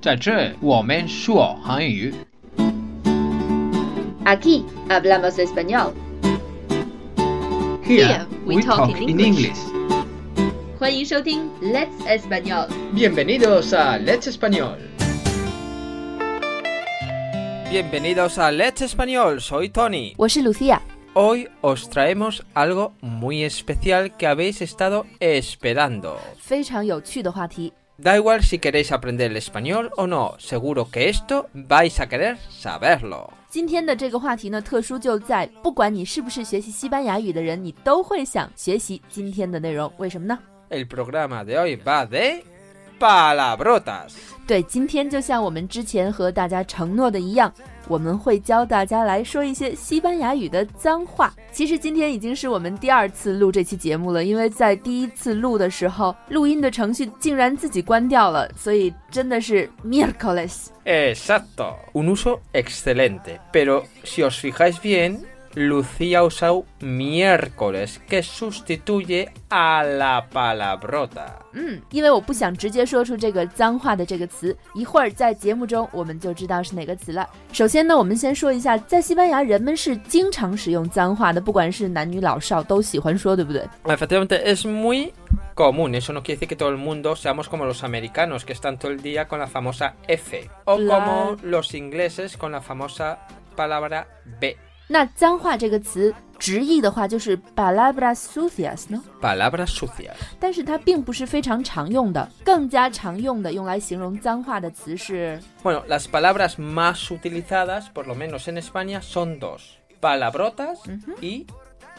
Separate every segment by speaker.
Speaker 1: 在这我们说韩语。
Speaker 2: Aquí hablamos español.
Speaker 1: Here we talk in English.
Speaker 2: 欢迎收听 Let's Español。
Speaker 3: Bienvenidos a Let's Español.
Speaker 4: Bienvenidos a Let's Español, soy Tony.
Speaker 5: 我是卢西亚，
Speaker 4: Hoy os traemos algo muy especial que habéis estado esperando.
Speaker 5: 非常有趣的话题。
Speaker 4: Da igual si queréis aprender el español o no, seguro que esto vais a querer saberlo.
Speaker 5: 今天的这个话题呢，特殊就在不管你是不是学习西班牙语的人，你都会想学习今天的内容。为什么呢？
Speaker 4: El programa de hoy va de palabrotas.
Speaker 5: 对，今天就像我们之前和大家承诺的一样，我们会教大家来说一些西班牙语的脏话。其实今天已经是我们第二次录这期节目了，因为在第一次录的时候，录音的程序竟然自己关掉了，所以真的是 miracles。
Speaker 4: Exacto. Un uso excelente. Pero si os fijáis bien, Lucía ha usado miércoles, que sustituye a la palabrota.
Speaker 5: 嗯，因为我不想直接说出这个脏话的这个词，一会儿在节目中我们就知道是哪个词了。首先呢，我们先说一下，在西班牙人们是经常使用脏话的，不管是男女老少都喜欢说，对不对？
Speaker 4: Efectivamente, es muy común. Eso no quiere decir que todo el mundo seamos como los americanos, que están todo el día con la famosa F. O
Speaker 5: Claro.
Speaker 4: como los ingleses con la famosa palabra B.
Speaker 5: 那脏话这个词直译的话就是 palabras sucias 呢，
Speaker 4: Palabras sucias.
Speaker 5: 但是它并不是非常常用的，更加常用的用来形容脏话的词是
Speaker 4: Bueno, las palabras más utilizadas, por lo menos en España, son dos. Palabrotas y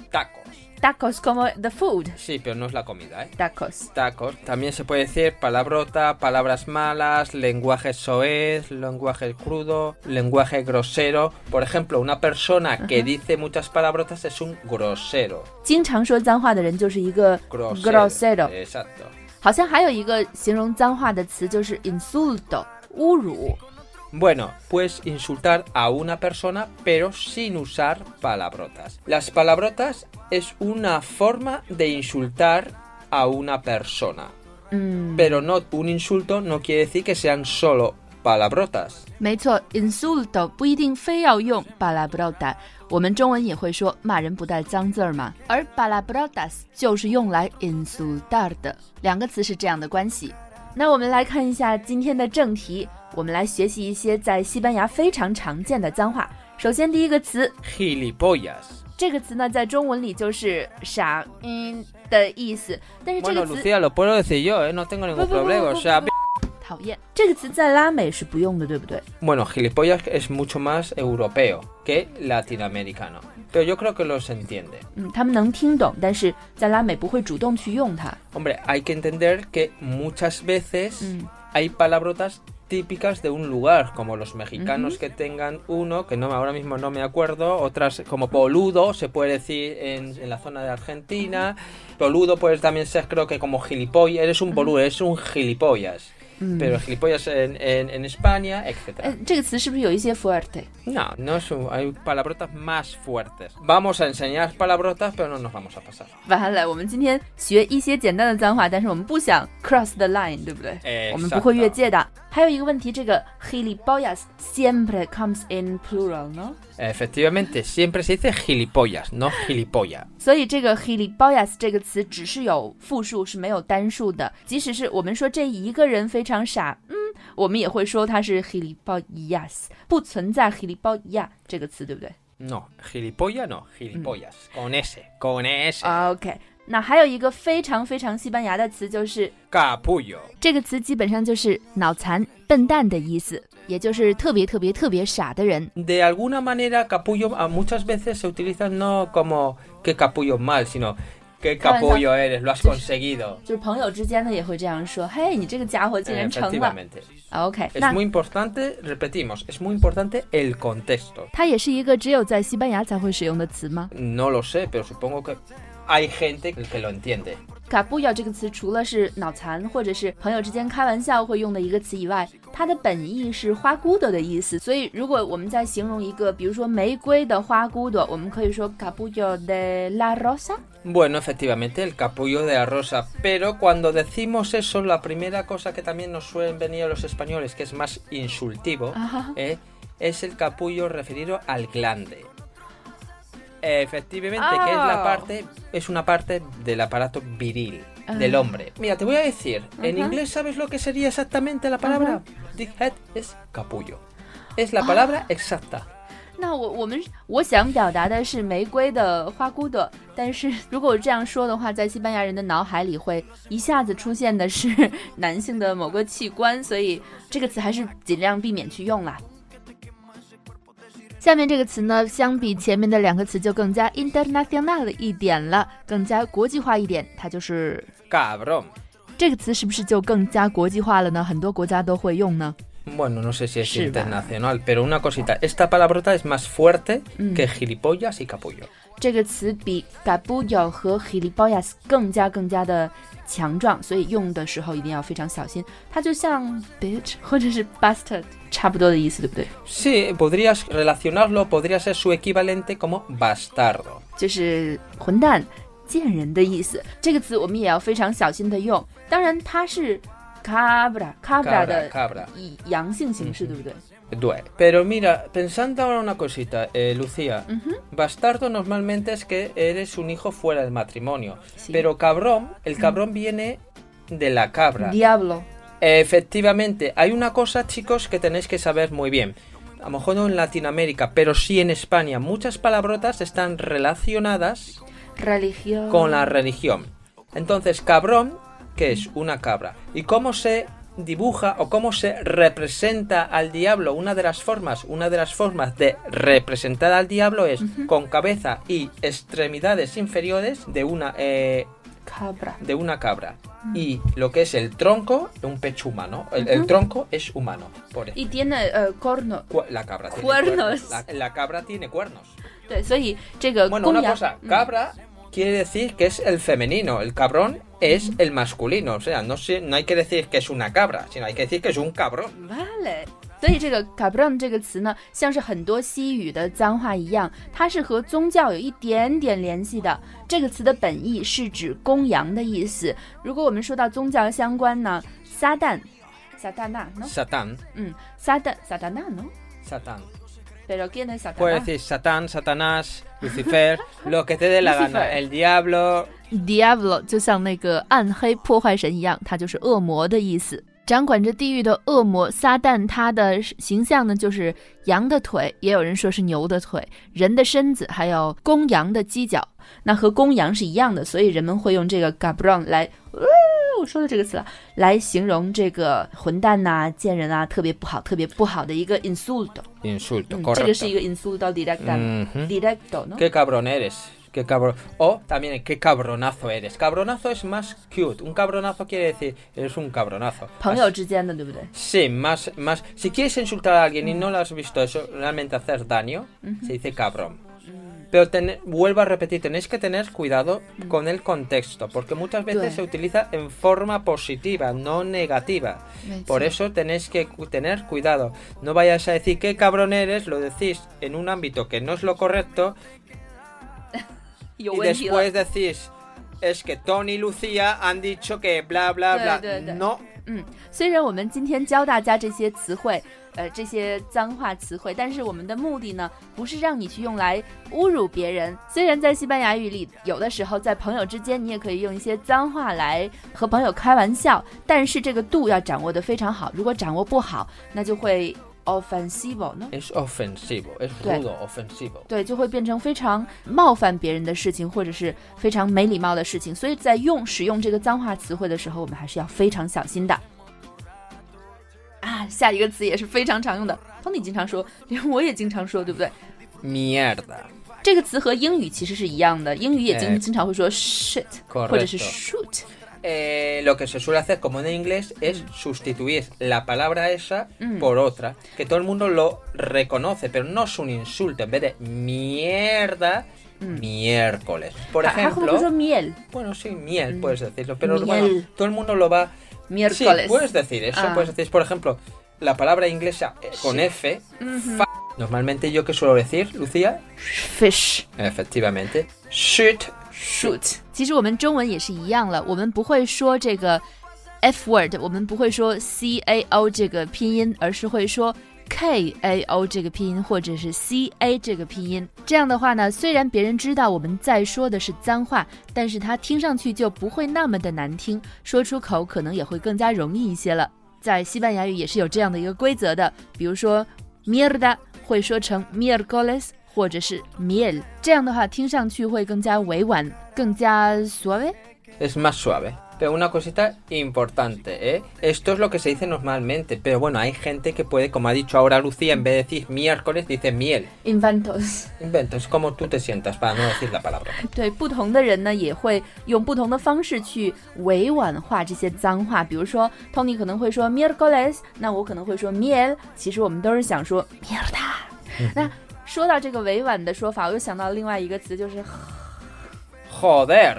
Speaker 4: tacos.
Speaker 5: tacos como the food
Speaker 4: Sí, pero no es la comida, ¿eh?
Speaker 5: tacos。
Speaker 4: Tacos. También se puede decir palabrota, palabras malas, lenguaje soez, lenguaje crudo, lenguaje grosero. Por ejemplo, una persona que dice muchas palabrotas es un grosero.
Speaker 5: 经常说脏话的人就是一个
Speaker 4: Grosero.
Speaker 5: grosero
Speaker 4: Exacto.
Speaker 5: 好像还有一个形容脏话的词就是 insulto，侮辱。
Speaker 4: Bueno, pues insultar a una persona pero sin usar palabrotas. Las palabrotas es una forma de insultar a una persona.
Speaker 5: 嗯，
Speaker 4: Pero no, un insulto no quiere decir que sean solo palabrotas.
Speaker 5: 没错，insulto 不一定非要用 palabrotas，我们中文也会说骂人不带脏字儿嘛，而 palabrotas 就是用来 insultar 的，两个词是这样的关系。那我们来看一下今天的正题，我们来学习一些在西班牙非常常见的脏话。首先，第一个词
Speaker 4: Gilipollas.
Speaker 5: 这个词呢，在中文里就是傻嗯的意思，但是这
Speaker 4: Bueno,
Speaker 5: 个词
Speaker 4: Lucía, lo puedo decir yo, ¿eh? No tengo ningún
Speaker 5: Bu, bu, bu,
Speaker 4: problema. O
Speaker 5: bu,
Speaker 4: sea,
Speaker 5: bu, bu. 讨厌。这个词在拉美是不用的，对不对？
Speaker 4: bueno, gilipollas es mucho más europeo que latinoamericano. Pero yo creo que los entiende.
Speaker 5: 嗯，他们能听懂，但是在拉美不会主动去用它。
Speaker 4: Hombre, hay que entender que muchas veces
Speaker 5: Mm.
Speaker 4: hay palabrotas típicas de un lugar, como los mexicanos que tengan uno, que no ahora mismo no me acuerdo, otras como poludo, se puede decir en, en la zona de Argentina. Poludo pues también ser creo que como gilipollas, eres un boludo, eres un gilipollas. Pero gilipollas en, en- en España, etcétera.
Speaker 5: 呃，这个词是不是有一些 fuerte？
Speaker 4: No, no es un- hay palabrotas más fuertes. Vamos a enseñar palabrotas, pero no nos vamos a pasar.
Speaker 5: 完了，我们今天学一些简单的脏话，但是我们不想 cross the line，对不对？
Speaker 4: 哎
Speaker 5: 我们
Speaker 4: 是
Speaker 5: 不
Speaker 4: 的
Speaker 5: 会越界的。还有一个问题，这个 gilipollas siempre comes in plural 呢，
Speaker 4: Efectivamente, siempre se dice gilipollas, no gilipollas.
Speaker 5: 所以这个 gilipollas 这个词只是有复数，是没有单数的。即使是我们说这一个人非常傻，嗯，我们也会说他是 gilipollas，不存在 gilipollas 这个词，对不对？
Speaker 4: No, gilipollas no, gilipollas. Con S, con S.
Speaker 5: Ah. 啊 OK，那还有一个非常非常西班牙的词，就是
Speaker 4: Capullo.
Speaker 5: 这个词基本上就是脑残、笨蛋的意思，也就是特别特别特别傻的人。
Speaker 4: De alguna manera, capullo a muchas veces se utiliza no como qué capullo mal, sino qué capullo eres, lo has conseguido.
Speaker 5: 就是朋友之间呢也会这样说：“嘿，你这个家伙竟
Speaker 4: 哎
Speaker 5: 然成了。
Speaker 4: Efectivamente.
Speaker 5: ”OK，那
Speaker 4: Es muy importante, repetimos, es muy importante el contexto.
Speaker 5: 它也是一个只有在西班牙才会使用的词吗
Speaker 4: No lo sé, pero supongo que hay gente que lo entiende.
Speaker 5: c a p u 这个词除了是脑残或者是朋友之间开玩笑会用的一个词以外，它的本意是花骨朵的意思。所以，如果我们在形容一个，比如说玫瑰的花骨朵，我们可以说 capullo de la rosa。
Speaker 4: Bueno, efectivamente, el capullo de la rosa. Pero cuando decimos eso, la primera cosa que también nos suelen venir a los españoles, que es más insultivo,
Speaker 5: Ajá.
Speaker 4: eh, es el capullo referido al glande. Efectivamente, que es
Speaker 5: Ah.
Speaker 4: la parte, es una parte del aparato viril
Speaker 5: Ah.
Speaker 4: del hombre. Mira, te voy a decir, en
Speaker 5: Ajá.
Speaker 4: inglés sabes lo que sería exactamente la palabra dickhead es capullo. Es la palabra
Speaker 5: Ah.
Speaker 4: exacta.
Speaker 5: 那我我们我想表达的是玫瑰的花骨朵，但是 如果我这样说的话，在西班牙人的脑海里会一下子出现的是 男性的某个器官，所以这个词还是尽量避免去用啦。下面这个词呢，相比前面的两个词就更加 international 一点了，更加国际化一点，它就是
Speaker 4: Cabrón.
Speaker 5: 这个词是不是就更加国际化了呢？很多国家都会用呢。
Speaker 4: Bueno, no sé si es
Speaker 5: Sí, va.
Speaker 4: internacional, pero una cosita. Esta palabrota es más fuerte
Speaker 5: Mm.
Speaker 4: que gilipollas y capullo.
Speaker 5: 这个词比 gabullo 和 gilipollas 更加更加的强壮，所以用的时候一定要非常小心。它就像 bitch 或者是 bastard 差不多的意思，对不对？
Speaker 4: Sí, podrías relacionarlo, podría ser su equivalente como bastardo.
Speaker 5: 就是混蛋、贱人的意思。这个词我们也要非常小心的用。当然，它是 cabra cabra 的
Speaker 4: cabra.
Speaker 5: 以阳性形式，对不对？
Speaker 4: Due. Pero mira, pensando ahora una cosita, eh, Lucía. Bastardo normalmente es que eres un hijo fuera del matrimonio.
Speaker 5: Sí.
Speaker 4: Pero cabrón, el cabrón viene de la 嗯 cabra.
Speaker 5: Diablo
Speaker 4: Efectivamente, hay una cosa, chicos, que tenéis que saber muy bien. A lo mejor no en Latinoamérica, pero sí en España. Muchas palabrotas están relacionadas
Speaker 5: religio
Speaker 4: con la religión. Entonces, cabrón, que es una cabra. ¿Y cómo se dibuja o cómo se representa al diablo? Una de las formas, una de las formas de representar al diablo es con cabeza y extremidades inferiores de una eh,
Speaker 5: cabra。
Speaker 4: de una cabra. Y lo que es el tronco, un pecho humano. El, el tronco es humano. Por ejemplo,
Speaker 5: 一天的呃 corno，
Speaker 4: Cu- la cabra tiene
Speaker 5: Cuernos.
Speaker 4: cuernos. La, la cabra tiene cuernos.
Speaker 5: 对，所以这个
Speaker 4: Bueno,
Speaker 5: 公
Speaker 4: una
Speaker 5: 羊
Speaker 4: cosa,
Speaker 5: 嗯
Speaker 4: cabra quiere decir que es el femenino, el cabrón es el masculino, o sea, no, se- no hay que decir que es una cabra, sino hay que decir que es un cabrón.
Speaker 5: 嗯 Vale。所以这个 “cabron” 这个词呢，像是很多西语的脏话一样，它是和宗教有一点点联系的。这个词的本意是指公羊的意思。如果我们说到宗教相关呢，撒旦，撒旦娜 no，
Speaker 4: Satán,
Speaker 5: 嗯，撒旦，撒旦娜 no，
Speaker 4: Satán.
Speaker 5: 对了，跟着撒旦
Speaker 4: Puedes
Speaker 5: 娜
Speaker 4: decir Satán, Satanás, Lucifer, lo que te dé la gana,
Speaker 5: Lucifer.
Speaker 4: el diablo.
Speaker 5: Diablo 就像那个暗黑破坏神一样，它就是恶魔的意思。掌管着地狱的恶魔撒旦，他的形象呢就是羊的腿，也有人说是牛的腿，人的身子，还有公羊的犄角。那和公羊是一样的，所以人们会用这个 gabron 来，呃、我说的这个词了，来形容这个混蛋呐、贱人啊，特别不好、特别不好的一个 insult。
Speaker 4: Insulto,
Speaker 5: 嗯，这个
Speaker 4: correcto.
Speaker 5: 是一个 insult directa、
Speaker 4: Ujú.
Speaker 5: directo 呢？
Speaker 4: Qué cabrón eres. Qué cabrón. O también, qué cabronazo eres. Cabronazo es más cute. Un cabronazo quiere decir, eres un cabronazo.
Speaker 5: 朋
Speaker 4: Así-
Speaker 5: 友之间的，对不对？
Speaker 4: Sí, más, más. Si quieres insultar a alguien y no lo has visto eso, realmente hacer daño, se dice cabrón. Pero ten- vuelvo a repetir, tenéis que tener cuidado con el contexto, porque muchas
Speaker 5: Claro.
Speaker 4: veces se utiliza en forma positiva, no negativa. Por eso tenéis que cu- tener cuidado. No vayáis a decir qué cabrón eres, lo decís en un ámbito que no es lo correcto
Speaker 5: 有
Speaker 4: y
Speaker 5: 问题了。
Speaker 4: después decís es que Tony y Lucía han dicho que bla bla bla.
Speaker 5: Claro, claro, claro.
Speaker 4: No,
Speaker 5: 嗯，虽然我们今天教大家这些词汇，呃，这些脏话词汇，但是我们的目的呢，不是让你去用来侮辱别人。虽然在西班牙语里，有的时候在朋友之间，你也可以用一些脏话来和朋友开玩笑，但是这个度要掌握的非常好。如果掌握不好，那就会 offensivo 呢？
Speaker 4: es ofensivo, es
Speaker 5: Claro.
Speaker 4: rudo, ofensivo.
Speaker 5: 对，就会变成非常冒犯别人的事情，或者是非常没礼貌的事情。所以在用使用这个脏话词汇的时候，我们还是要非常小心的。啊，下一个词也是非常常用的，Tony 经常说，连我也经常说，对不对？
Speaker 4: Mierda.
Speaker 5: 这个词和英语其实是一样的，英语也经
Speaker 4: 哎
Speaker 5: 经常会说 shit 或者是 shoot，
Speaker 4: Eh, lo que se suele hacer, como en inglés, es sustituir la palabra esa
Speaker 5: Mm.
Speaker 4: por otra, que todo el mundo lo reconoce, pero no es un insulto. En vez de mierda,
Speaker 5: Mm.
Speaker 4: miércoles. Por
Speaker 5: 还还会不会说
Speaker 4: ejemplo,
Speaker 5: miel
Speaker 4: bueno, sí, miel, puedes decirlo, pero
Speaker 5: Mm. Miel.
Speaker 4: bueno, todo el mundo lo va. Sí,
Speaker 5: miércoles？
Speaker 4: puedes decir eso,
Speaker 5: Ah.
Speaker 4: puedes decir, por ejemplo, la palabra inglesa eh, con F, fa- normalmente yo que suelo decir, Lucía,
Speaker 5: fish。
Speaker 4: efectivamente, shit,
Speaker 5: shoot。其实我们中文也是一样了，我们不会说这个 f word，我们不会说 c a o 这个拼音，而是会说 k a o 这个拼音或者是 c a 这个拼音。这样的话呢，虽然别人知道我们在说的是脏话，但是它听上去就不会那么的难听，说出口可能也会更加容易一些了。在西班牙语也是有这样的一个规则的，比如说 mierda 会说成 miércoles 或者是 miel，这样的话听上去会更加委婉，更加 suave。
Speaker 4: es más suave. Pero una cosita importante, ¿eh? Esto es lo que se dice normalmente, pero bueno, hay gente que puede, como ha dicho ahora Lucía, en vez de decir miércoles, dice miel.
Speaker 5: Inventos，
Speaker 4: Invento, es como tú te sientas para no decir la palabra.
Speaker 5: 对不同的人呢，也会用不同的方式去委婉化这些脏话。比如说，Tony 可能会说 miércoles，那我可能会说 miel。其实我们都是想说 mierda。那说到这个委婉的说法，我又想到另外一个词，就是
Speaker 4: Joder.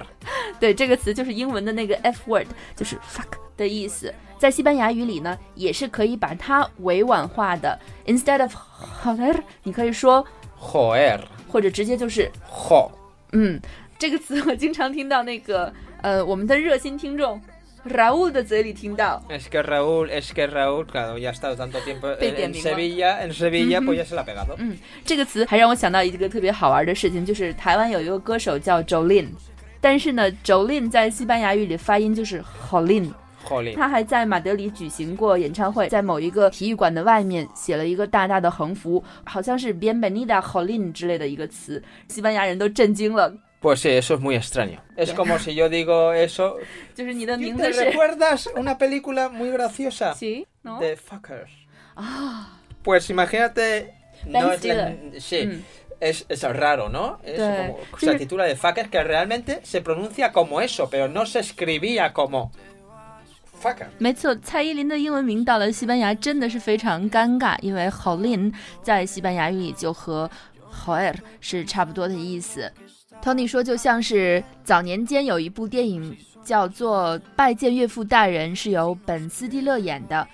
Speaker 5: 对，这个词就是英文的那个 f word，就是 fuck 的意思。在西班牙语里呢，也是可以把它委婉化的。Instead of joder，你可以说，
Speaker 4: Joder.
Speaker 5: 或者直接就是，
Speaker 4: Jo.
Speaker 5: 嗯，这个词我经常听到那个呃我们的热心听众 Raul 的嘴里听到。
Speaker 4: Es que Raúl, es que Raúl, claro, ya ha estado tanto tiempo en,
Speaker 5: Pete
Speaker 4: en
Speaker 5: Amigo.
Speaker 4: Sevilla, en Sevilla, pues ya se la ha pegado.
Speaker 5: 这个词还让我想到一个特别好玩的事情，就是台湾有一个歌手叫 Jolin，但是呢，Jolin 在西班牙语里发音就是 Jolin。
Speaker 4: Jolín.
Speaker 5: 他还在马德里举行过演唱会，在某一个体育馆的外面写了一个大大的横幅，好像是 Bienvenida Jolin 之类的一个词，西班牙人都震惊了，
Speaker 4: Pues sí, eso es muy extraño. Es como si yo digo eso.
Speaker 5: 就是你的
Speaker 4: ¿Y
Speaker 5: 名
Speaker 4: ¿Te
Speaker 5: 字是
Speaker 4: recuerdas una película muy graciosa?
Speaker 5: 行，喏
Speaker 4: The Fuckers.
Speaker 5: Ah.
Speaker 4: Pues imagínate. No es la- sí,
Speaker 5: Mm.
Speaker 4: es, es raro, ¿no? Es
Speaker 5: Sí.
Speaker 4: como- se titula de Fuckers, que realmente se pronuncia como eso, pero no se escribía como Fucker.
Speaker 5: 没错，蔡依林的英文名到了西班牙真的是非常尴尬，因为 Jolin 在西班牙语里就和 Joder 是差不多的意思。Tony 说，就像是早年间有一部电影叫做《拜见岳父大人》，是由本·斯蒂勒演的。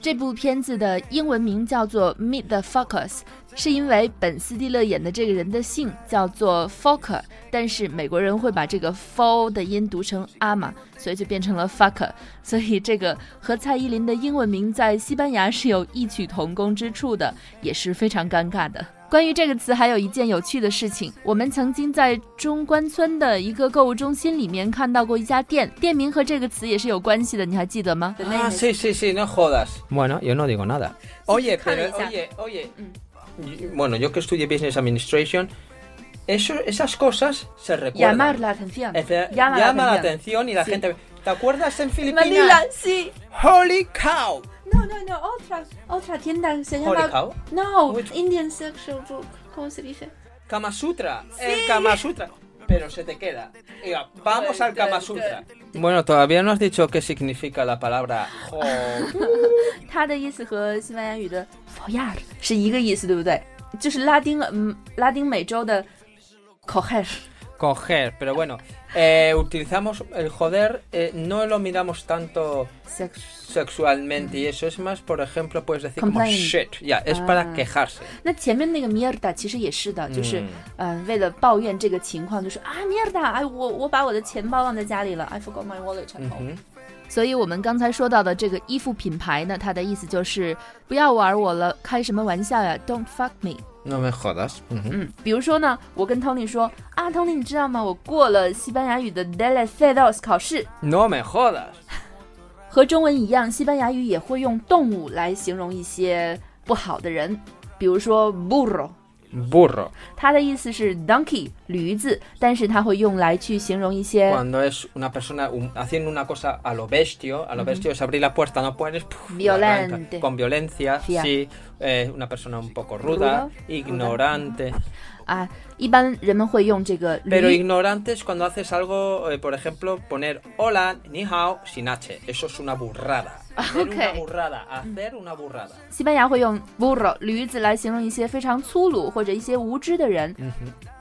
Speaker 5: 这部片子的英文名叫做《Meet the Focus》，是因为本·斯蒂勒演的这个人的姓叫做 Fokker，但是美国人会把这个 fo 的音读成阿嘛，所以就变成了 fucker。所以这个和蔡依林的英文名在西班牙是有异曲同工之处的，也是非常尴尬的。关于这个词，还有一件有趣的事情，我们曾经在中关村的一个购物中心里面看到过一家店，店名和这个词也是有关系的，你还记得吗？
Speaker 4: Ah, sí, sí, sí, no jodas. Bueno, yo no digo nada. Oye,
Speaker 5: Déjame
Speaker 4: pero,
Speaker 5: ya.
Speaker 4: oye, oye. mm. Y- Bueno, yo que estudié Business Administration, eso, esas cosas se recuerdan.
Speaker 5: llamar la atención，
Speaker 4: Efe-
Speaker 5: llama
Speaker 4: llama,
Speaker 5: la
Speaker 4: la
Speaker 5: atención.
Speaker 4: atención y la
Speaker 5: Sí.
Speaker 4: gente. ¿Te acuerdas en Filipinas?
Speaker 5: Manila, sí.
Speaker 4: Holy cow.
Speaker 6: No, no, no, otra, otra tienda se
Speaker 4: Holy
Speaker 6: llama...
Speaker 4: cow.
Speaker 6: No,
Speaker 4: Which-
Speaker 6: Indian Sexual Book, ¿cómo se dice?
Speaker 4: Kama Sutra. El Kama Sutra. Pero se te queda. Venga, vamos al Kama Sutra. Bueno, todavía no has dicho qué significa la palabra jo.
Speaker 5: 它的意思和西班牙语的 f o y a r 是一个意思，对不对？就是拉丁嗯拉丁美洲的 c o h e r
Speaker 4: coger. Pero bueno, eh, utilizamos el joder, eh, no lo miramos tanto
Speaker 5: sex。
Speaker 4: sexualmente y eso es más, por ejemplo, puedes decir como
Speaker 5: Complain.
Speaker 4: shit. Ya, es
Speaker 5: Ah.
Speaker 4: para quejarse.
Speaker 5: 那前面那个 mierda 其实也是的，就是
Speaker 4: 嗯
Speaker 5: 嗯、呃为了抱怨这个情况，就是啊 mierda，哎，我我把我的钱包忘在家里了，I forgot my wallet at home。
Speaker 4: Mm, Ujú.
Speaker 5: 所以我们刚才说到的这个衣服品牌呢，它的意思就是不要玩我了，开什么玩笑呀？Don't fuck me。
Speaker 4: No me jodas. Ujú.
Speaker 5: 嗯，比如说呢，我跟 Tony 说啊，Tony，你知道吗？我过了西班牙语的 d e l e c e d o s 考试。
Speaker 4: No me jodas.
Speaker 5: 和中文一样，西班牙语也会用动物来形容一些不好的人，比如说 burro，
Speaker 4: Burro.
Speaker 5: 它的意思是 donkey 驴子，但是它会用来去形容一些
Speaker 4: Cuando es una persona un- haciendo una cosa a lo bestio, a lo bestio es abrir la puerta, no puedes. puf, la
Speaker 5: Violente.
Speaker 4: arranca. Con violencia,
Speaker 5: Fia.
Speaker 4: sí. eh, una persona un poco ruda,
Speaker 5: Rudo,
Speaker 4: ignorante.
Speaker 5: 啊，一般人们会用这个
Speaker 4: Pero
Speaker 5: 驴
Speaker 4: ignorante es cuando haces algo, eh, por ejemplo, poner hola, ni hao, sin h. Eso es una burrada. Hacer una
Speaker 5: ok.
Speaker 4: burrada, hacer una burrada.
Speaker 5: 西班牙会用 burro 驴子来形容一些非常粗鲁或者一些无知的人。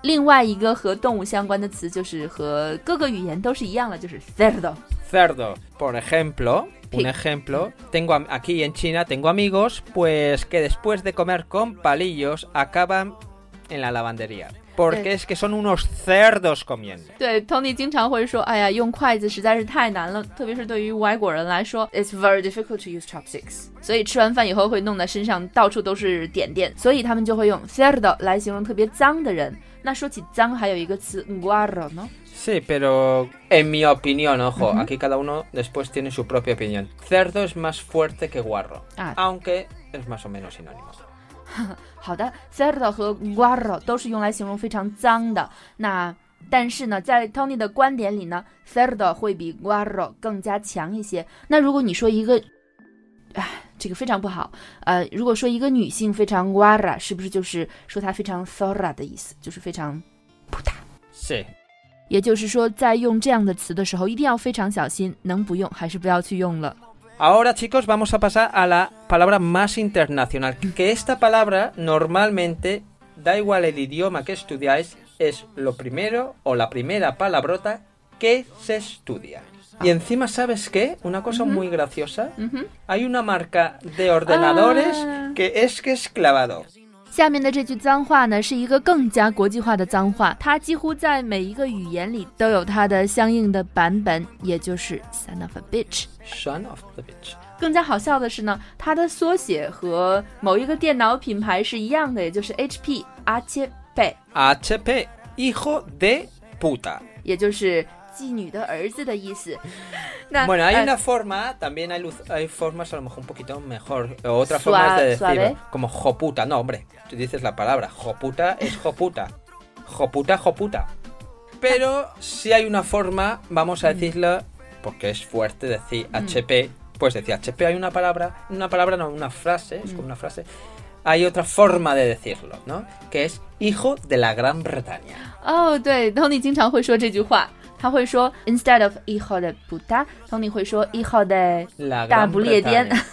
Speaker 5: 另外一个和动物相关的词就是和各个语言都是一样的，就是 cerdo。
Speaker 4: Cerdo, por ejemplo, un
Speaker 5: Pig.
Speaker 4: ejemplo, tengo am- aquí en China tengo amigos pues que después de comer con palillos acaban en la lavandería, porque
Speaker 5: Eh.
Speaker 4: es que son unos cerdos comiendo.
Speaker 5: 对，Tony 经常会说：“哎呀，用筷子实在是太难了，特别是对于外国人来说，it's very difficult to use chopsticks。”所以吃完饭以后会弄得身上到处都是点点，所以他们就会用 cerdo 来形容特别脏的人。那说起脏，还有一个词 guaro 呢。
Speaker 4: Sí, pero en mi opinión, ojo, aquí cada uno después tiene su propia opinión. Cerdo es más fuerte que guarro,
Speaker 5: Ah.
Speaker 4: aunque es más o menos sinónimo.
Speaker 5: 好的，cerdo 和 guaro 都是用来形容非常脏的。那但是呢，在 Tony 的观点里呢，cerdo 会比 guaro 更加强一些。那如果你说一个，哎，这个非常不好。呃，如果说一个女性非常 guara，是不是就是说她非常 sora 的意思，就是非常
Speaker 4: Sí,
Speaker 5: 也就是说，在用这样的词的时候，一定要非常小心，能不用还是不要去用了。
Speaker 4: Ahora chicos vamos a pasar a la palabra más internacional, que esta palabra normalmente, da igual el idioma que estudiáis, es lo primero o la primera palabrota que se estudia. Y encima, ¿sabes qué? Una cosa muy graciosa.
Speaker 5: 嗯哼。
Speaker 4: Hay una marca de ordenadores
Speaker 5: Ah.
Speaker 4: que es que es clavado.
Speaker 5: 下面的这句脏话呢，是一个更加国际化的脏话，它几乎在每一个语言里都有它的相应的版本，也就是 son of a bitch。
Speaker 4: Son of the bitch.
Speaker 5: 更加好笑的是呢，它的缩写和某一个电脑品牌是一样的，也就是 HP 阿切贝，
Speaker 4: HP, hijo de puta.
Speaker 5: 也就是妓女的儿子的意思。 那
Speaker 4: Bueno, hay
Speaker 5: 呃
Speaker 4: una forma, también hay, luz- hay formas a lo mejor un poquito mejor, o otra forma de
Speaker 5: Suave-
Speaker 4: decir,
Speaker 5: suave.
Speaker 4: como joputa, no hombre, tú dices la palabra, joputa es joputa, joputa, joputa. Pero si hay una forma, vamos
Speaker 5: Mm.
Speaker 4: a decirla, porque es fuerte decir HP, pues decir HP hay una palabra, una palabra no, una frase,
Speaker 5: Mm.
Speaker 4: es como una frase, hay otra forma de decirlo, ¿no? Que es hijo de la Gran Bretaña.
Speaker 5: 哦，对，Tony 经常会说这句话，他会说 instead of hijo de puta，Tony 会说 hijo de
Speaker 4: La Gran
Speaker 5: 大不列颠
Speaker 4: Bretaña.。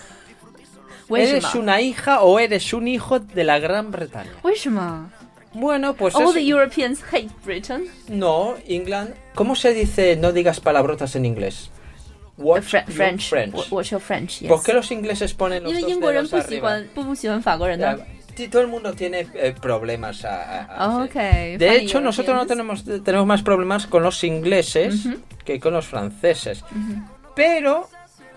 Speaker 5: 为什
Speaker 4: ¿Eres
Speaker 5: 么？
Speaker 4: una hija o eres un hijo de la Gran Bretaña?
Speaker 5: 为什么？
Speaker 4: Bueno, pues
Speaker 5: All
Speaker 4: es-
Speaker 5: the Europeans hate Britain.
Speaker 4: No, England. ¿Cómo se dice no digas palabrotas en inglés? Watch
Speaker 5: Fre-
Speaker 4: your
Speaker 5: French.
Speaker 4: French.
Speaker 5: Wh- What's your French? Yes.
Speaker 4: ¿Por qué los ingleses ponen los
Speaker 5: 因为
Speaker 4: dos
Speaker 5: 英国人
Speaker 4: dedos
Speaker 5: 不喜
Speaker 4: arriba?
Speaker 5: 欢不不喜欢法国人呢
Speaker 4: Ya,。sí, todo el mundo tiene eh, problemas. a- a- a- sí.
Speaker 5: Ah, OK。
Speaker 4: De hecho, nosotros no tenemos tenemos más problemas con los ingleses
Speaker 5: Ujú.
Speaker 4: que con los franceses. Pero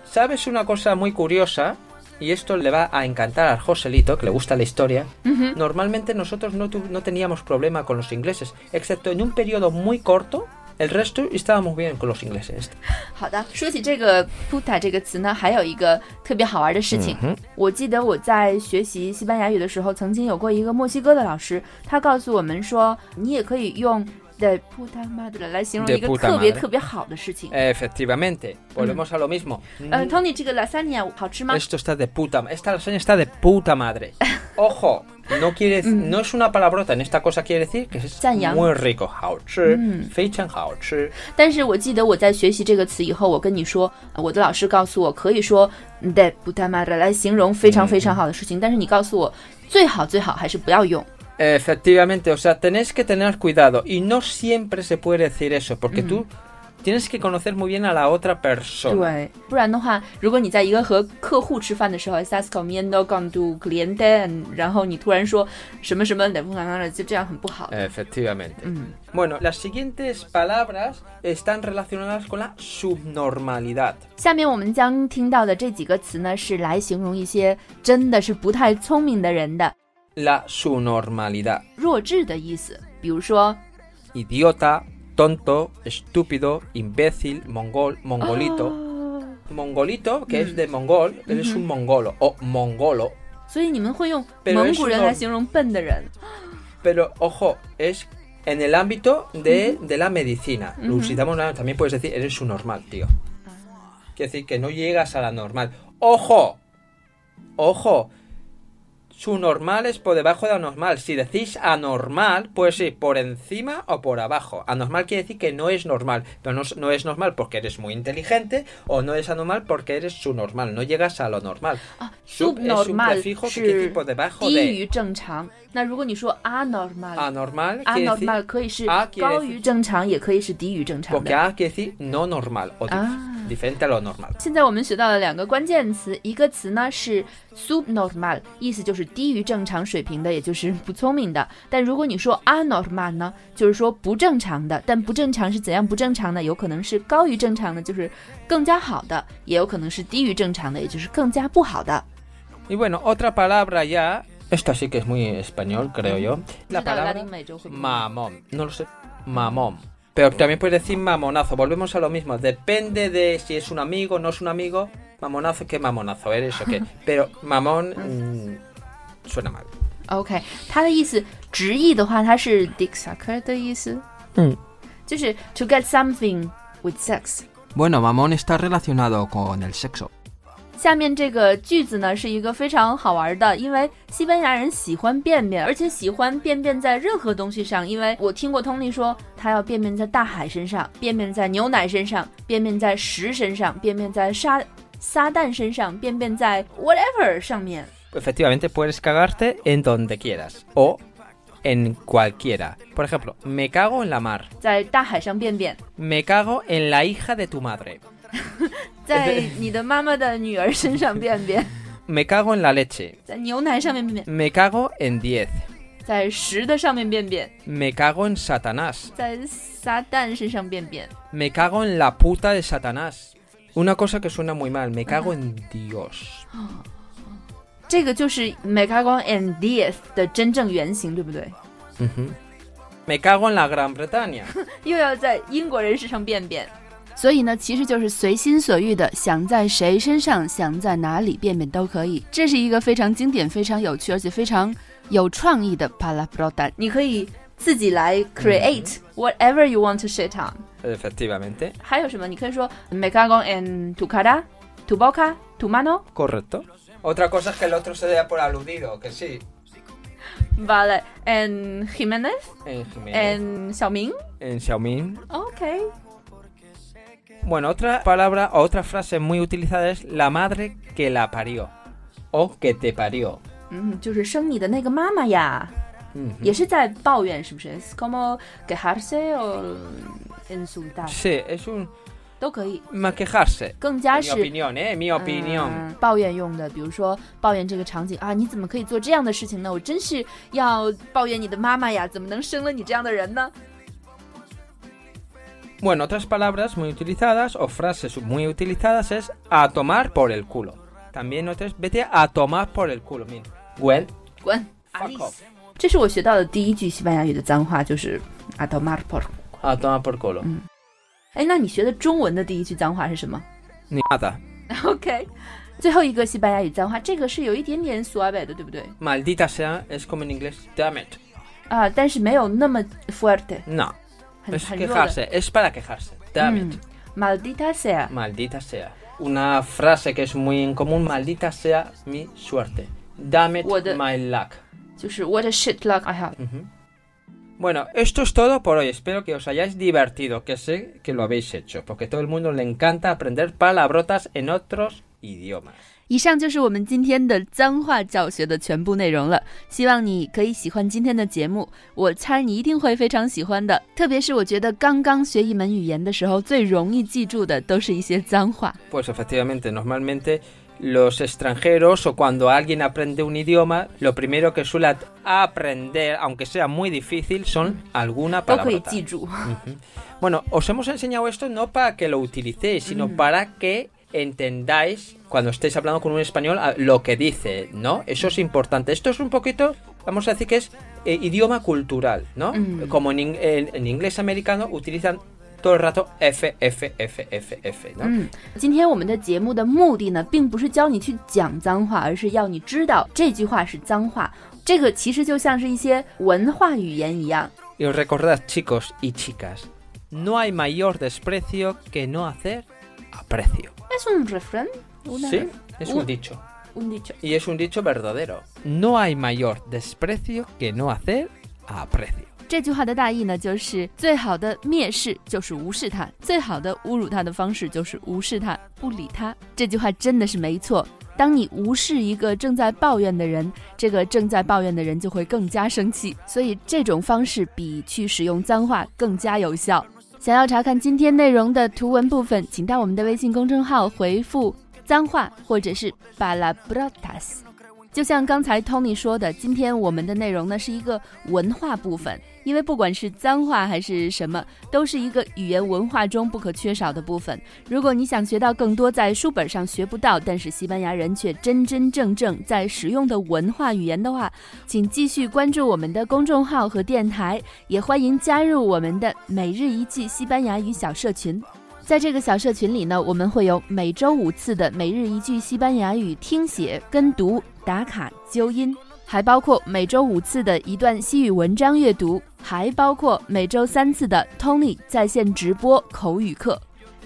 Speaker 4: sabes una cosa muy curiosa y esto le va a encantar al Joselito que le gusta la historia. Normalmente nosotros no, tu- no teníamos problema con los ingleses, excepto en un periodo muy corto. El resto estábamos bien con los ingleses.
Speaker 5: 好的，说起这个 puta 这个词呢，还有一个特别好玩的事情。
Speaker 4: Mm-hmm.
Speaker 5: 我记得我在学习西班牙语的时候，曾经有过一个墨西哥的老师，他告诉我们说，你也可以用 de puta madre 来形容
Speaker 4: De
Speaker 5: 一个
Speaker 4: puta
Speaker 5: 特别
Speaker 4: madre
Speaker 5: 特别好的事情。
Speaker 4: Efectivamente, volvemos a lo mismo.
Speaker 5: 呃，Tony，这个 lasagna 好吃吗？
Speaker 4: Esto está de puta ma- Esta lasaña está de puta madre. Ojo, no quiere no es una palabrota, en esta cosa quiere decir que es
Speaker 5: Zanyang.
Speaker 4: muy rico. Hao chi,
Speaker 5: Mm.
Speaker 4: fei chen hao chi.
Speaker 5: 但是我记得我在学习这个词以后，我跟你说，呃我的老师告诉我可以说 de puta madre 来形容非常非常好的事情，但是你告诉我最好最好还是不要用。
Speaker 4: Efectivamente, o sea, tenéis que tener cuidado. Y no siempre se puede decir eso, porque tú tienes que conocer muy bien a la otra persona.
Speaker 5: 对，不然的话，如果你在一个和客户吃饭的时候，estás comiendo con tu cliente，然后你突然说什么什么 de puta madre，就这样很不好。
Speaker 4: 哎 Efectivamente.
Speaker 5: 嗯，
Speaker 4: Bueno, las siguientes palabras están relacionadas con la subnormalidad.
Speaker 5: 下面我们将听到的这几个词呢，是来形容一些真的是不太聪明的人的
Speaker 4: La subnormalidad.
Speaker 5: 弱智的意思，比如说
Speaker 4: Idiota, tonto, estúpido, imbécil, mongol, mongolito.
Speaker 5: Ah.
Speaker 4: Mongolito, que es de mongol, eres un mongolo o mongolo.
Speaker 5: 所以你们会用
Speaker 4: Pero
Speaker 5: 蒙
Speaker 4: es
Speaker 5: 古
Speaker 4: un
Speaker 5: 人来
Speaker 4: norm-
Speaker 5: 形容笨的人。
Speaker 4: Pero ojo, es en el ámbito de, de la medicina. Lo usamos, ¿no? también puedes decir, eres un normal, tío. Quiere decir que no llegas a la normal. ¡Ojo! ¡Ojo! Su normal es por debajo de anormal. Si decís anormal, puede ser por encima o por abajo. Anormal quiere decir que no es normal. Pero no, es- no es normal porque eres muy inteligente o no es anormal porque eres subnormal. No llegas a lo normal.
Speaker 5: 啊
Speaker 4: Sub es un
Speaker 5: subnormal
Speaker 4: prefijo que quiere
Speaker 5: 是
Speaker 4: decir por debajo
Speaker 5: 低于
Speaker 4: de
Speaker 5: 正常。那如果你说
Speaker 4: 啊
Speaker 5: anormal，anormal
Speaker 4: anormal. Quiere decir,
Speaker 5: 可以是
Speaker 4: ah, quiere
Speaker 5: 高于正常，也可以是低于正常
Speaker 4: porque
Speaker 5: 的。
Speaker 4: A quiere decir no normal o dif-
Speaker 5: Ah.
Speaker 4: diferente a lo normal.
Speaker 5: 现在我们学到了两个关键词，一个词呢是 subnormal，意思就是低于正常水平的，也就是不聪明的。但如果你说 anormal 呢，就是说不正常的。但不正常是怎样不正常呢？有可能是高于正常的，就是更加好的；也有可能是低于正常的，也就是更加不好的。
Speaker 4: Y bueno, otra palabra ya. Esta sí que es muy español, creo yo.
Speaker 5: 不知
Speaker 4: La
Speaker 5: 道拉
Speaker 4: palabra
Speaker 5: 丁美洲会不会
Speaker 4: mamón. No lo sé. Mamón. Pero también puedes decir mamonazo. Volvemos a lo mismo. Depende de si es un amigo no es un amigo. Mamonazo, ¿qué mamonazo eres o qué? Pero mamón mm, suena mal.
Speaker 5: OK，它的意思直译的话，它是 dick sucker 的意思，
Speaker 4: 嗯，
Speaker 5: 就是 to get something with sex。
Speaker 4: Bueno, mamón está relacionado con el sexo.
Speaker 5: 下面这个句子呢是一个非常好玩的，因为西班牙人喜欢便便，而且喜欢便便在任何东西上。因为我听过通例说，他要便便在大海身上，便便在牛奶身上，便便在石身上，便便在沙撒旦身上，便便在 whatever 上面。
Speaker 4: Efectivamente, puedes cagarte en donde quieras. O en cualquiera. Por ejemplo, me cago en la mar.
Speaker 5: 在大海上便便，
Speaker 4: Me cago en la hija de tu madre.
Speaker 5: 在你的妈妈的女儿身上便便，
Speaker 4: Me cago en la leche.
Speaker 5: 在牛奶上面便便。
Speaker 4: Me cago en 10.
Speaker 5: 在石的上面便便，
Speaker 4: Me cago en Satanás.
Speaker 5: 在撒旦身上便便，
Speaker 4: Me cago en la puta de Satanás. Una cosa que suena muy mal. Me cago en Dios.
Speaker 5: 这个就是 m e c a g o n and d s 的真正原型，对不对？
Speaker 4: Ujú. Me cago en la Gran Bretaña.
Speaker 5: 又要在英国人身上便便。所以呢，其实就是随心所欲的，想在谁身上，想在哪里便便都可以。这是一个非常经典、非常有趣，而且非常有创意的 palabra。你可以自己来 create whatever you want to shit on。
Speaker 4: Efectivamente.
Speaker 5: 还有什么？你可以说 m e c a g o n and tu cara, tu boca, tu mano。
Speaker 4: Correcto. Otra cosa es que el otro se dé por aludido, que sí.
Speaker 5: Vale, and Jimenez
Speaker 4: En, Jiménez,
Speaker 5: and 小明。
Speaker 4: en Xiaomi.
Speaker 5: OK，
Speaker 4: Bueno, otra palabra o otra frase muy utilizada es la madre que la parió. O que te parió.
Speaker 5: 嗯，就是生你的那个妈妈呀，
Speaker 4: Ujú.
Speaker 5: 也是在抱怨，是不是？Es como quejarse o insultar
Speaker 4: Sí, es un
Speaker 5: 都可以，
Speaker 4: más quejarse.
Speaker 5: 更加
Speaker 4: Mi
Speaker 5: 是
Speaker 4: opinión, ¿eh?
Speaker 5: Ah.
Speaker 4: Mi opinión.
Speaker 5: 嗯抱怨用的，比如说抱怨这个场景啊，你怎么可以做这样的事情呢？我真是要抱怨你的妈妈呀，怎么能生了你这样的人呢？
Speaker 4: Bueno, otras palabras muy utilizadas o frases muy utilizadas es a tomar por el culo. También otras, vete a tomar por el culo. Mira. Well,
Speaker 5: 滚
Speaker 4: fuck off.！
Speaker 5: 这是我学到的第一句西班牙语的脏话，就是阿道马尔。
Speaker 4: A tomar por culo.
Speaker 5: Mm. 哎，那你学的中文的第一句脏话是什么？
Speaker 4: Ni nada.
Speaker 5: OK，最后一个西班牙语脏话，这个是有一点点苏阿北的，对不对？
Speaker 4: Maldita sea, es como en inglés, damn it.
Speaker 5: 啊，但是没有那么 fuerte，
Speaker 4: No,
Speaker 5: 很
Speaker 4: es
Speaker 5: 很弱的。嗯
Speaker 4: quejarse, es para quejarse. Damn it,
Speaker 5: Maldita sea，
Speaker 4: maldita sea. Una frase que es muy en común, maldita sea mi suerte. Damn it,
Speaker 5: What the-
Speaker 4: my luck.
Speaker 5: 就是 What a shit luck I have。
Speaker 4: Ujú. Bueno, esto es todo por hoy. Espero que os hayáis divertido, que sé que lo habéis hecho, porque a todo el mundo le encanta aprender palabrotas en otros idiomas.
Speaker 5: 以上就是我们今天的脏话教学的全部内容了。希望你可以喜欢今天的节目，我猜你一定会非常喜欢的。特别是我觉得刚刚学一门语言的时候，最容易记住的都是一些脏话。
Speaker 4: Pues efectivamente, normalmente los extranjeros o cuando alguien aprende un idioma, lo primero que suele at- aprender, aunque sea muy difícil, son alguna
Speaker 5: 都可以
Speaker 4: palabrota.
Speaker 5: 记住，
Speaker 4: Ujú. Bueno, os hemos enseñado esto no para que lo utilicéis, sino para que entendáis cuando estéis hablando con un español a- lo que dice, ¿no? Eso es importante. Esto es un poquito, vamos a decir que es eh, idioma cultural, ¿no?
Speaker 5: Mm.
Speaker 4: Como en, in- en- en inglés americano utilizan todo el rato F, F, F, F, F, ¿no?
Speaker 5: 嗯，今天我们的节目的目的呢，并不是教你去讲脏话，而是要你知道这句话是脏话。这个其实就像是一些文化语言一样，
Speaker 4: Y os recordad, chicos y chicas, no hay mayor desprecio que no hacer aprecio.
Speaker 5: es un refrán，una-
Speaker 4: Sí, es
Speaker 5: Uh.
Speaker 4: un dicho.
Speaker 6: un dicho.
Speaker 4: Y es un dicho verdadero. No hay mayor desprecio que no hacer aprecio.
Speaker 5: 这句话的大意呢，就是最好的蔑视就是无视他，最好的侮辱他的方式就是无视他，不理他。这句话真的是没错。当你无视一个正在抱怨的人，这个正在抱怨的人就会更加生气。所以这种方式比去使用脏话更加有效。想要查看今天内容的图文部分，请到我们的微信公众号回复“脏话”或者是 “balabrotas”。就像刚才 Tony 说的，今天我们的内容呢是一个文化部分，因为不管是脏话还是什么，都是一个语言文化中不可缺少的部分。如果你想学到更多在书本上学不到，但是西班牙人却真真正正在使用的文化语言的话，请继续关注我们的公众号和电台，也欢迎加入我们的每日一句西班牙语小社群。在这个小社群里呢，我们会有每周五次的每日一句西班牙语听写、跟读、打卡、纠音，还包括每周五次的一段西语文章阅读，还包括每周三次的 Tony 在线直播口语课。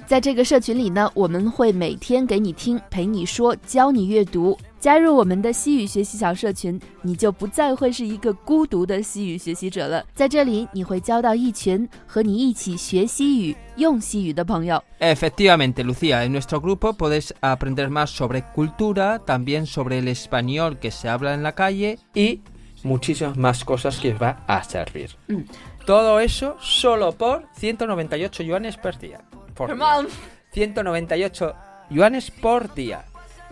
Speaker 5: 在这个社群里呢，我们会每天给你听，陪你说，教你阅读。加入我们的西语学习小社群，你就不再会是一个孤独的西语学习者了。在这里，你会交到一群和你一起学西语、用西语的朋友。
Speaker 4: Efectivamente, Lucía, en nuestro grupo podéis aprender más sobre cultura, también sobre el español que se habla en la calle y muchísimas más cosas que os va a servir. Mm. Todo eso solo por 198 yuanes por día. Por
Speaker 6: Per
Speaker 4: día.
Speaker 6: month.
Speaker 4: 198 yuanes por día.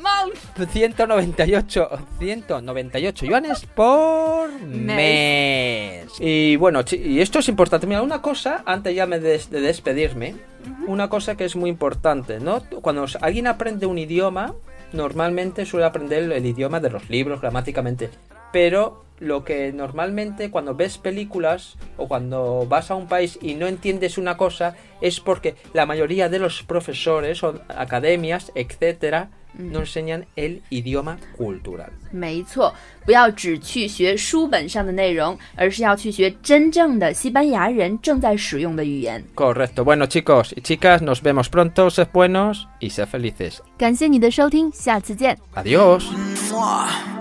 Speaker 6: Month.
Speaker 4: 198, 198 yuanes por mes. Y bueno, chi- y esto es importante. Mira, una cosa, antes ya me des- de despedirme, una cosa que es muy importante, ¿no? Cuando s- alguien aprende un idioma, normalmente suele aprender el idioma de los libros gramáticamente. Pero lo que normalmente cuando ves películas o cuando vas a un país y no entiendes una cosa es porque la mayoría de los profesores o academias, etcétera, no enseñan el idioma cultural.
Speaker 5: 没错，不要只去学书本上的内容，而是要去学真正的西班牙人正在使用的语言。
Speaker 4: Correcto. Bueno, chicos y chicas, nos vemos pronto. Sed buenos y sed felices.
Speaker 5: 感谢你的收听，下次见。
Speaker 4: Adiós.
Speaker 7: Mwah.